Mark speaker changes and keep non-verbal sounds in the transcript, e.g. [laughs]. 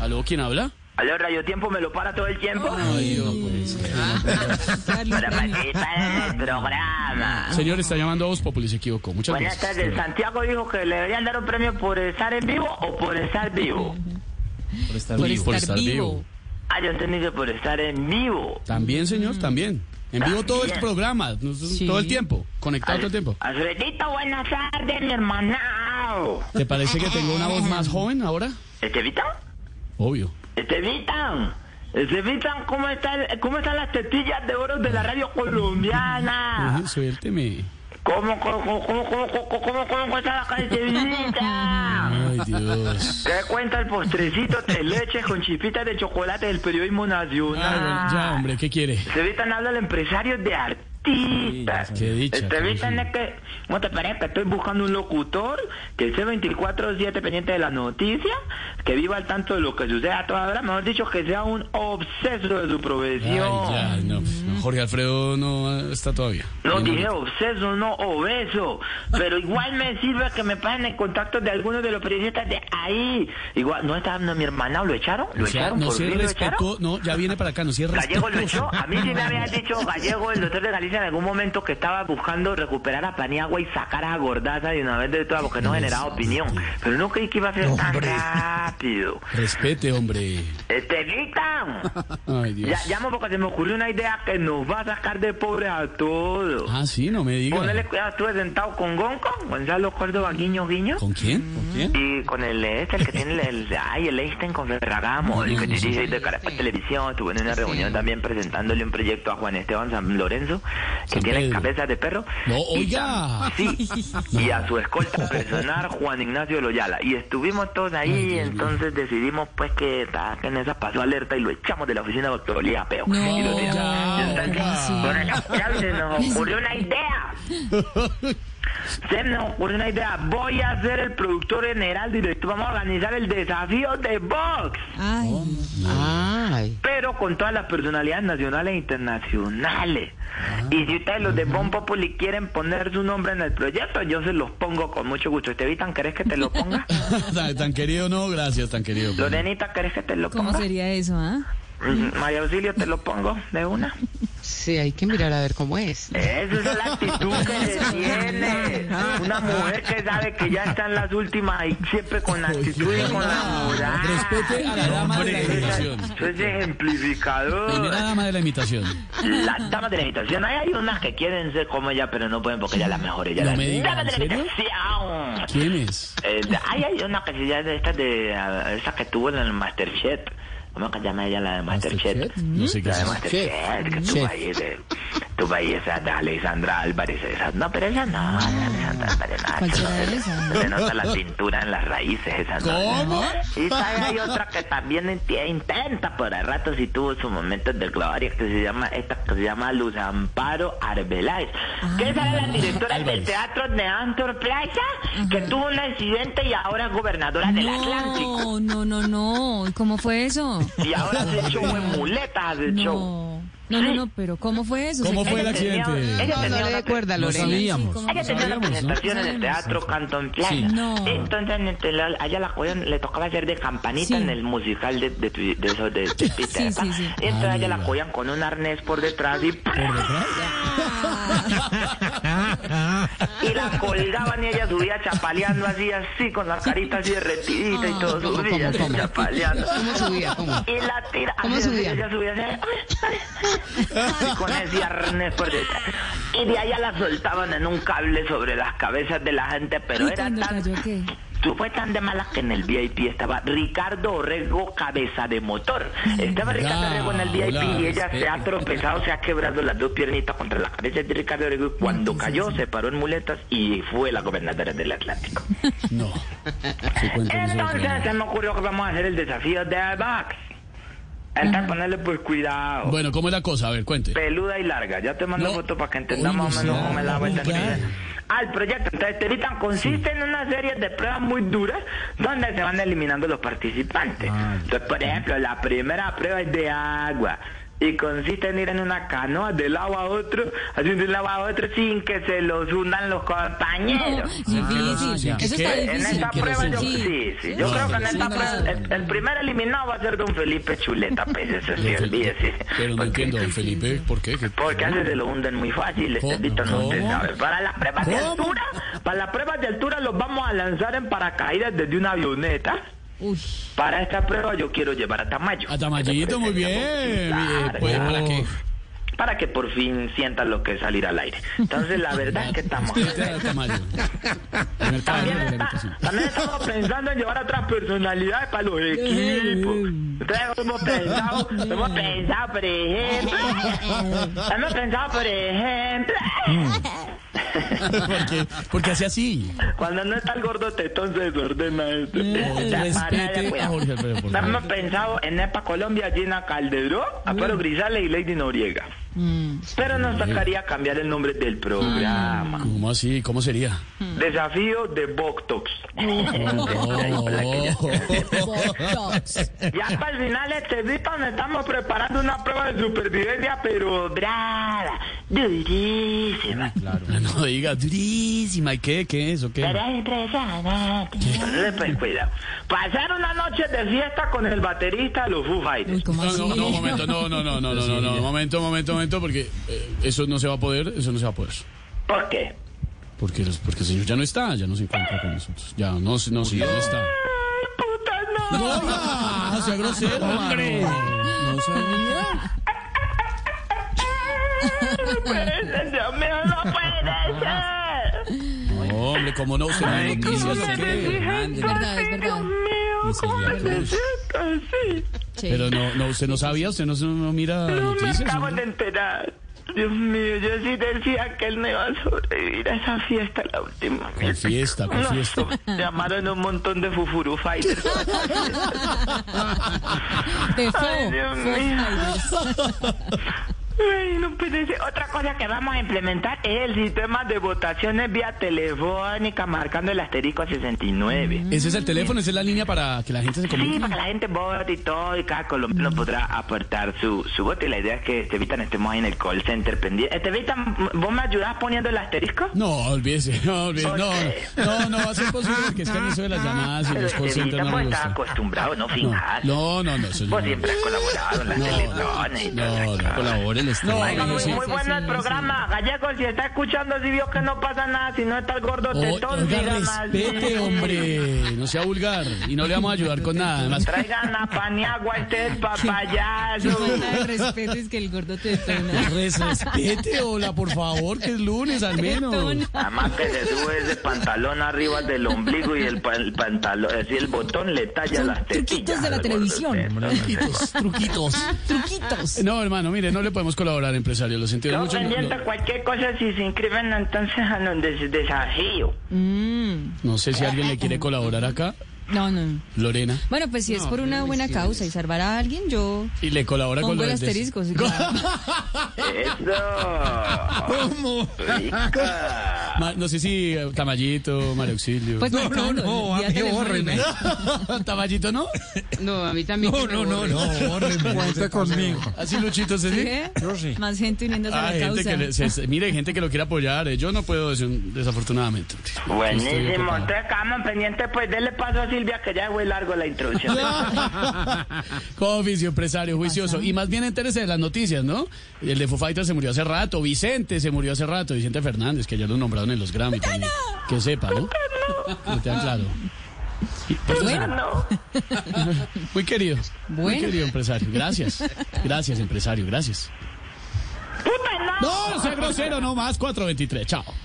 Speaker 1: ¿Aló, quién habla?
Speaker 2: Aló, Radio Tiempo me lo para todo el tiempo.
Speaker 1: Ay, no puede ser.
Speaker 2: Para participar en el programa.
Speaker 1: Ah. Señor, está llamando a Voz Populi, se equivocó. Muchas
Speaker 2: Buenas
Speaker 1: gracias.
Speaker 2: tardes. Santiago dijo que le deberían dar un premio por estar en vivo o por estar vivo.
Speaker 3: Por estar
Speaker 1: Por
Speaker 3: vivo.
Speaker 1: estar vivo.
Speaker 2: Ah, yo entendí que por estar en vivo.
Speaker 1: También, señor, también. En vivo todo el
Speaker 2: También.
Speaker 1: programa, no- todo el tiempo, conectado todo el tiempo.
Speaker 2: Alfredito, buenas tardes, mi hermanao.
Speaker 1: ¿Te parece que tengo una voz más joven ahora?
Speaker 2: ¿Estevitan?
Speaker 1: Obvio.
Speaker 2: ¿Estevitan? ¿Estevitan? ¿Cómo, están- ¿Cómo están las tetillas de oro de la radio colombiana?
Speaker 1: Ujú, Suélteme.
Speaker 2: ¿Cómo, cómo, cómo, cómo, cómo, cómo, cómo, cómo está la calcevita?
Speaker 1: Ay, Dios.
Speaker 2: ¿Qué cuenta el postrecito de leche con chispitas de chocolate del periodismo
Speaker 1: Ay, bueno,
Speaker 2: nacional?
Speaker 1: Ah, ya, hombre, ¿qué quiere?
Speaker 2: Estevitan habla al empresario de artistas.
Speaker 1: Sí, qué dicha,
Speaker 2: Estevitan
Speaker 1: qué
Speaker 2: es que, ¿cómo te parece que estoy buscando un locutor que esté 24-7 pendiente de las noticias, que viva al tanto de lo que sucede a toda hora, mejor dicho, que sea un obseso de su
Speaker 1: Ay,
Speaker 2: profesión?
Speaker 1: ya, no, no, Jorge Alfredo no está todavía.
Speaker 2: No
Speaker 1: Bien,
Speaker 2: dije obseso, no obeso, pero igual me sirve que me pasen el contacto de algunos de los periodistas de ahí. Igual, ¿no está no, mi hermana? ¿Lo echaron? ¿Lo
Speaker 1: O sea,
Speaker 2: echaron?
Speaker 1: no
Speaker 2: ¿Por
Speaker 1: se
Speaker 2: fin lo echaron?
Speaker 1: respetó, no, ya viene para acá, no se
Speaker 2: Gallego lo echó.
Speaker 1: respetó.
Speaker 2: A mí sí me había dicho Gallego, el doctor de Galicia, en algún momento que estaba buscando recuperar a Paniagua y sacar a Gordaza de una vez de todas porque no generaba opinión. Pero no creí que iba a ser tan
Speaker 3: Hombre.
Speaker 2: rápido.
Speaker 1: Respete, hombre.
Speaker 2: Estevita,
Speaker 1: Ay, Dios.
Speaker 2: ya, llamo porque se me ocurrió una idea que nos va a sacar de pobres a todos.
Speaker 1: Ah, sí, no me diga.
Speaker 2: Ponele cuidado, estuve sentado con Gonco, Gonzalo Córdoba Guiño Guiño.
Speaker 1: ¿Con quién? ¿Con quién?
Speaker 2: Y con el este, el que tiene el, el- ay, el Einstein con Ferragamo, el que
Speaker 1: Ah,
Speaker 2: dirige de Caracol Televisión, estuve en una reunión también presentándole un proyecto a Juan Esteban San Lorenzo, que
Speaker 1: San
Speaker 2: tiene
Speaker 1: Pedro.
Speaker 2: cabeza de perro.
Speaker 1: No,
Speaker 2: Y
Speaker 1: oiga.
Speaker 2: tam- sí, y a su escolta personal, Juan Ignacio Loyala. Y estuvimos todos ahí, entonces decidimos pues que, ta, que en esa pasó alerta y lo echamos de la oficina de doctoría, peo.
Speaker 4: No,
Speaker 2: y lo tiramos.
Speaker 1: ya,
Speaker 2: Y entonces,
Speaker 1: oiga.
Speaker 2: bueno, ya, ya
Speaker 1: [laughs]
Speaker 2: se nos ocurrió una idea. Se me ocurrió una idea. Voy a ser el productor general directo. Vamos a organizar el desafío de box.
Speaker 4: Ay,
Speaker 3: Ay.
Speaker 2: Pero con todas las personalidades nacionales e internacionales.
Speaker 1: Ah.
Speaker 2: y si ustedes los de Bon Populi quieren poner su nombre en el proyecto, yo se los pongo con mucho gusto. Estevitan, ¿querés que te lo
Speaker 1: [laughs]
Speaker 2: ponga?
Speaker 1: [laughs] tan, tan querido, no, gracias, tan querido.
Speaker 2: Lorenita, ¿querés que te lo
Speaker 4: ¿cómo
Speaker 2: ponga?
Speaker 4: sería eso, ah?
Speaker 2: Mm, María Auxilio, te lo pongo de una.
Speaker 3: Sí, hay que mirar a ver cómo es.
Speaker 2: Esa es la actitud que se
Speaker 4: [laughs]
Speaker 2: tiene. Una mujer que sabe que ya está en las últimas y siempre con la actitud y con
Speaker 1: [laughs]
Speaker 2: la moral.
Speaker 1: Respete a la dama de la
Speaker 2: Hombre,
Speaker 1: imitación.
Speaker 2: Eso es ejemplificador.
Speaker 1: Primera dama de la imitación.
Speaker 2: Las damas de la imitación, ahí hay unas que quieren ser como ella, pero no pueden porque ella es la mejor. Ella
Speaker 1: No
Speaker 2: es la
Speaker 1: me diga,
Speaker 2: dama de la
Speaker 1: ¿en serio?
Speaker 2: imitación.
Speaker 1: ¿Quién es?
Speaker 2: Eh, ahí hay una que se llama esta de ah, esa que tuvo en el Masterchef. ¿Cómo que se llama ella la de Masterchef?
Speaker 1: ¿Masterchef? No sé qué
Speaker 2: la de
Speaker 1: es eso.
Speaker 2: Masterchef, que
Speaker 1: Chef.
Speaker 2: tuvo ahí de- tuvo ahí esa de Alexandra Álvarez, esa, no, pero esa no, Alexandra
Speaker 1: Ah.
Speaker 2: Álvarez, no,
Speaker 4: ¿Cuál
Speaker 2: esa
Speaker 4: será
Speaker 2: no,
Speaker 4: esa?
Speaker 2: se, se nota la pintura en las raíces, esa no.
Speaker 1: ¿Cómo?
Speaker 2: Y sabe, hay otra que también int- intenta por el rato si tuvo sus momentos de gloria que se llama esta que se llama Luz Amparo Arbeláez.
Speaker 4: Ah.
Speaker 2: Que esa era la directora del
Speaker 1: Álvarez.
Speaker 2: teatro de Antor Plaza, que tuvo un accidente y ahora es gobernadora del Atlántico.
Speaker 4: No, no, no, no. ¿Y ¿Cómo
Speaker 2: [laughs]
Speaker 4: fue eso?
Speaker 2: Y ahora se echó
Speaker 4: [laughs]
Speaker 2: en muletas, se echó.
Speaker 4: No, no, no, no, pero ¿cómo fue eso?
Speaker 1: ¿Cómo
Speaker 4: Se-
Speaker 1: fue el
Speaker 2: Ella tenía-
Speaker 1: accidente?
Speaker 2: ella
Speaker 3: No,
Speaker 2: tenía
Speaker 3: no le
Speaker 2: una-
Speaker 3: dé cuerda,
Speaker 1: No
Speaker 3: Lorena.
Speaker 1: sabíamos.
Speaker 4: ¿cómo
Speaker 1: No
Speaker 2: Ella tenía una
Speaker 1: sabíamos, ¿no?
Speaker 2: presentación en el
Speaker 4: Sabemos.
Speaker 2: Teatro Cantón Plana.
Speaker 1: Sí.
Speaker 4: No.
Speaker 2: Entonces, entre la- allá la cogieron, le tocaba hacer de campanita
Speaker 4: Sí.
Speaker 2: en el musical de, de, tu- de eso, de, de Peter
Speaker 4: [laughs] Sí,
Speaker 2: Pan.
Speaker 4: sí, sí.
Speaker 2: Y Entonces,
Speaker 1: Ah,
Speaker 2: allá la
Speaker 1: mira.
Speaker 2: cogían con un arnés por detrás y,
Speaker 1: ¿Por detrás?
Speaker 2: y la colgaban y ella subía chapaleando así, así, con la carita así derretidita y
Speaker 4: Ah.
Speaker 2: todo,
Speaker 3: ¿Cómo,
Speaker 2: subía
Speaker 3: cómo,
Speaker 2: así,
Speaker 3: cómo?
Speaker 2: chapaleando.
Speaker 3: ¿Cómo subía? ¿Cómo?
Speaker 2: Y la tira.
Speaker 3: ¿Cómo
Speaker 2: así,
Speaker 3: subía?
Speaker 2: Ella subía así. Y con ese arnés por detrás. Y de allá la soltaban en un cable sobre las cabezas de la gente, pero
Speaker 4: ¿Y
Speaker 2: era
Speaker 4: cuando
Speaker 2: tan.
Speaker 4: cayó qué?
Speaker 2: Tú fue tan de mala que en el VIP estaba Ricardo Orrego Cabeza de Motor. Estaba Ricardo
Speaker 1: Hola,
Speaker 2: Orrego en el VIP
Speaker 1: hola, Eh.
Speaker 2: y ella se
Speaker 1: espera.
Speaker 2: ha tropezado, se ha quebrado las dos piernitas contra la cabeza de Ricardo Orrego y cuando cayó se paró en muletas y fue la gobernadora del Atlántico.
Speaker 1: No. ¿Qué cuento es eso,
Speaker 2: Entonces
Speaker 1: Lorena?
Speaker 2: se me ocurrió que vamos a hacer el desafío de Abax. Entonces ponerle pues cuidado.
Speaker 1: Bueno, ¿cómo es la cosa? A ver, cuente.
Speaker 2: Peluda y larga. Ya te mando
Speaker 1: No.
Speaker 2: foto para que entendamos más o
Speaker 1: Oye,
Speaker 2: menos
Speaker 1: sí,
Speaker 2: cómo es la vuelta.
Speaker 1: claro.
Speaker 2: entendida. Al proyecto, entonces, Teritan, consiste en una serie de pruebas muy duras donde
Speaker 1: Ah,
Speaker 2: se van eliminando los participantes. Entonces, por ejemplo, la primera prueba es de agua. y consiste en ir en una canoa de lado a otro, haciendo de un lado a otro sin que se los unan los compañeros.
Speaker 1: Ah,
Speaker 4: Difícil.
Speaker 1: ya.
Speaker 4: Eso
Speaker 1: ¿Qué?
Speaker 4: está
Speaker 1: Sí, sí,
Speaker 2: En
Speaker 4: difícil.
Speaker 2: esta
Speaker 1: que
Speaker 2: prueba yo,
Speaker 1: resulte.
Speaker 2: sí, sí, yo
Speaker 1: Sí,
Speaker 2: creo que en
Speaker 1: sí,
Speaker 2: esta
Speaker 1: sí,
Speaker 2: prueba
Speaker 1: sí.
Speaker 2: el, el primer eliminado va a ser don Felipe Chuleta, pues eso
Speaker 1: [laughs]
Speaker 2: sí,
Speaker 1: Don
Speaker 2: olvídese.
Speaker 1: Felipe. Pero no
Speaker 2: Porque-
Speaker 1: entiendo, don Felipe, ¿por qué? ¿Qué-
Speaker 2: Porque antes se lo hunden muy fácil,
Speaker 1: ¿Cómo?
Speaker 2: Estevito, no usted
Speaker 1: ¿Cómo?
Speaker 2: sabe. Para las pruebas de
Speaker 1: ¿Cómo?
Speaker 2: altura, para las pruebas de altura los vamos a lanzar en paracaídas desde una avioneta.
Speaker 4: Uy.
Speaker 2: Para esta prueba yo quiero llevar a Tamayo.
Speaker 1: A Ah, Tamayito, muy bien. Eh,
Speaker 2: Claro,
Speaker 1: pues, ¿Para
Speaker 2: claro.
Speaker 1: qué?
Speaker 2: Para que por fin sientan lo que es salir al aire.
Speaker 1: [laughs]
Speaker 2: Entonces la verdad es que estamos...
Speaker 1: Este era Tamayo. El mercado
Speaker 2: También,
Speaker 1: de la
Speaker 2: está-
Speaker 1: habitación.
Speaker 2: también estamos pensando en llevar otras personalidades para los equipos. Entonces hemos pensado, hemos pensado, por ejemplo, hemos pensado, por ejemplo,
Speaker 1: Porque, porque hace así.
Speaker 2: cuando no está el gordo tetón se desordena esto.
Speaker 1: Eh,
Speaker 2: Ya, para
Speaker 1: respete
Speaker 2: allá, cuidado.
Speaker 1: a Jorge Alfredo, por favor. Mm.
Speaker 2: Hemos pensado en EPA Colombia, Gina Calderón, Apolo Grisales y Lady Noriega. Pero nos tocaría cambiar el nombre del programa.
Speaker 1: ¿Cómo así? ¿Cómo
Speaker 2: [laughs]
Speaker 1: sería?
Speaker 2: Desafío de Boctox.
Speaker 1: Oh,
Speaker 2: [laughs] Ya para el final este día nos estamos preparando una prueba de supervivencia, pero brava, durísima.
Speaker 1: No, No diga, durísima. ¿Y qué? ¿Qué es? ¿O qué?
Speaker 2: Pero es impresionante. Entonces, pues, cuidado. Pasar una noche de fiesta con el baterista de los Foo
Speaker 4: Uy,
Speaker 2: Fighters.
Speaker 4: ¿cómo
Speaker 1: No,
Speaker 4: así?
Speaker 1: no, no, momento, no, no, no, no, no, no, no, momento, momento, momento, porque eh, eso no se va a poder, eso no se va a poder.
Speaker 2: ¿Por qué?
Speaker 1: Porque, los- porque el señor ya no está, ya no se encuentra con nosotros. Ya, no, se- no, sí, ya no está.
Speaker 2: Ay, puta, no.
Speaker 1: ¡No, sea grosero, hombre! No sea
Speaker 2: Pues, Dios mío, no [laughs] puede ser.
Speaker 1: No, hombre, ¿cómo no? Usted no hay noticias,
Speaker 2: ¿Cómo me
Speaker 1: hombre.
Speaker 2: dije
Speaker 4: Es verdad, es
Speaker 2: entonces,
Speaker 4: verdad.
Speaker 2: Dios mío? ¿Cómo me
Speaker 1: Cruz.
Speaker 2: decís así?
Speaker 4: Che.
Speaker 1: Pero no, no, usted no sabía, usted no, no mira
Speaker 2: No me
Speaker 1: noticias.
Speaker 2: acabo
Speaker 1: hombre.
Speaker 2: de enterar. Dios mío, yo sí decía que él no iba a sobrevivir a esa fiesta la última
Speaker 1: Con
Speaker 2: vez.
Speaker 1: fiesta, con
Speaker 2: No,
Speaker 1: fiesta.
Speaker 2: [laughs] llamaron un montón de fufuru fighters.
Speaker 4: De fo.
Speaker 2: Ay, Dios
Speaker 4: fo-
Speaker 2: mío.
Speaker 4: ay, Dios.
Speaker 2: Ay, no puede ser. Otra cosa que vamos a implementar es el sistema de votaciones vía telefónica marcando el asterisco 69.
Speaker 1: Ese es el teléfono, esa es la línea para que la gente se
Speaker 2: Sí,
Speaker 1: comunique.
Speaker 2: para que la gente vote y todo, y cada colombiano
Speaker 1: Mm.
Speaker 2: podrá aportar su, su voto. Y la idea es que Estevitan estemos ahí en el call center pendiente. Estevitan, ¿vos me ayudás poniendo el asterisco?
Speaker 1: No, olvídese, [laughs] no, olvídese,
Speaker 2: ¿Por
Speaker 1: no,
Speaker 2: qué? Ah,
Speaker 1: no, no va a ser posible porque es que a mí eso de las llamadas y
Speaker 2: Pero
Speaker 1: los call centers
Speaker 2: Estevita,
Speaker 1: no
Speaker 2: vos
Speaker 1: me
Speaker 2: estás
Speaker 1: gusta.
Speaker 2: pues, acostumbrado, no
Speaker 1: No,
Speaker 2: finjas.
Speaker 1: no, no, no, eso
Speaker 2: Vos
Speaker 1: no.
Speaker 2: siempre has colaborado en las
Speaker 1: No,
Speaker 2: televisiones Pues, y todas
Speaker 1: no,
Speaker 2: esas
Speaker 1: no,
Speaker 2: cosas.
Speaker 1: colaboren, no,
Speaker 2: Oiga,
Speaker 1: no,
Speaker 2: muy,
Speaker 1: sí.
Speaker 2: muy bueno el programa. Gallego, si está escuchando, si vio que no pasa nada, si no está el gordo
Speaker 1: O-
Speaker 2: tetón,
Speaker 1: oiga,
Speaker 2: digan así.
Speaker 1: respete, hombre, no sea vulgar y no le vamos a ayudar con nada. Además,
Speaker 2: Traigan a Paniagua,
Speaker 1: [laughs]
Speaker 2: este es papayazo.
Speaker 4: Falta de respeto es que el gordo te detona.
Speaker 1: res- respete, hola, por favor, que es lunes al menos.
Speaker 4: Detona.
Speaker 2: Además que se sube ese pantalón arriba del ombligo y el, pa- el pantalón, es decir, el botón le talla
Speaker 4: Son
Speaker 2: las tetillas.
Speaker 4: truquitos de la
Speaker 2: al gordo
Speaker 4: televisión.
Speaker 2: tetón.
Speaker 1: Truquitos, truquitos.
Speaker 4: Truquitos.
Speaker 1: No, hermano, mire, no le podemos colaborar, empresario, lo sentimos
Speaker 2: No
Speaker 1: mucho. no-
Speaker 2: pendiente
Speaker 1: no-
Speaker 2: cualquier cosa, si se inscriben entonces a un des- desafío.
Speaker 4: Mm,
Speaker 1: no sé si alguien le quiere colaborar acá,
Speaker 4: No, no.
Speaker 1: Lorena.
Speaker 4: Bueno, pues si es por una buena causa y salvar a alguien, yo
Speaker 1: Y le colabora [laughs] con
Speaker 4: pongo
Speaker 1: lo
Speaker 4: el
Speaker 1: del des-
Speaker 4: asterisco. sí, claro.
Speaker 2: Eso.
Speaker 5: ¿Cómo?
Speaker 2: Rica.
Speaker 1: Ma- No sé si eh, Tamayito, Mario Auxilio.
Speaker 4: Pues
Speaker 5: No, no,
Speaker 4: marcando,
Speaker 5: no,
Speaker 4: vía
Speaker 5: a mí bórreme.
Speaker 1: [laughs]
Speaker 4: telefónica.
Speaker 1: Tamayito, ¿no?
Speaker 3: No, a mí también.
Speaker 5: No,
Speaker 3: que me
Speaker 5: no, no,
Speaker 3: borren.
Speaker 5: no, bórreme. Cuenta conmigo.
Speaker 1: Así Luchito se dice.
Speaker 4: ¿Qué?
Speaker 5: Yo sí.
Speaker 4: Más gente uniéndose a
Speaker 1: Ah,
Speaker 4: la
Speaker 1: gente
Speaker 4: causa.
Speaker 1: que le- se- se- mire, hay gente que lo quiere apoyar. eh, Yo no puedo, des- desafortunadamente. Estoy
Speaker 2: Buenísimo,
Speaker 1: ocupado.
Speaker 2: entonces quedamos pendientes, pues dele paso a Silvia que ya fue largo la introducción.
Speaker 1: [laughs] Como oficio, empresario, juicioso. Y más bien entérese de las noticias, ¿no? El de Foo Fighters se murió hace rato. Vicente se murió hace rato. Vicente Fernández, que ya lo nombraron en los Grammy. también. Que sepa, ¿no? Que tengan claro. Pues
Speaker 2: No,
Speaker 1: Muy querido. Muy
Speaker 4: Bueno.
Speaker 1: querido, empresario. Gracias. Gracias, empresario. Gracias.
Speaker 2: puta no.
Speaker 1: No, sea grosero, no más. 423. Chao.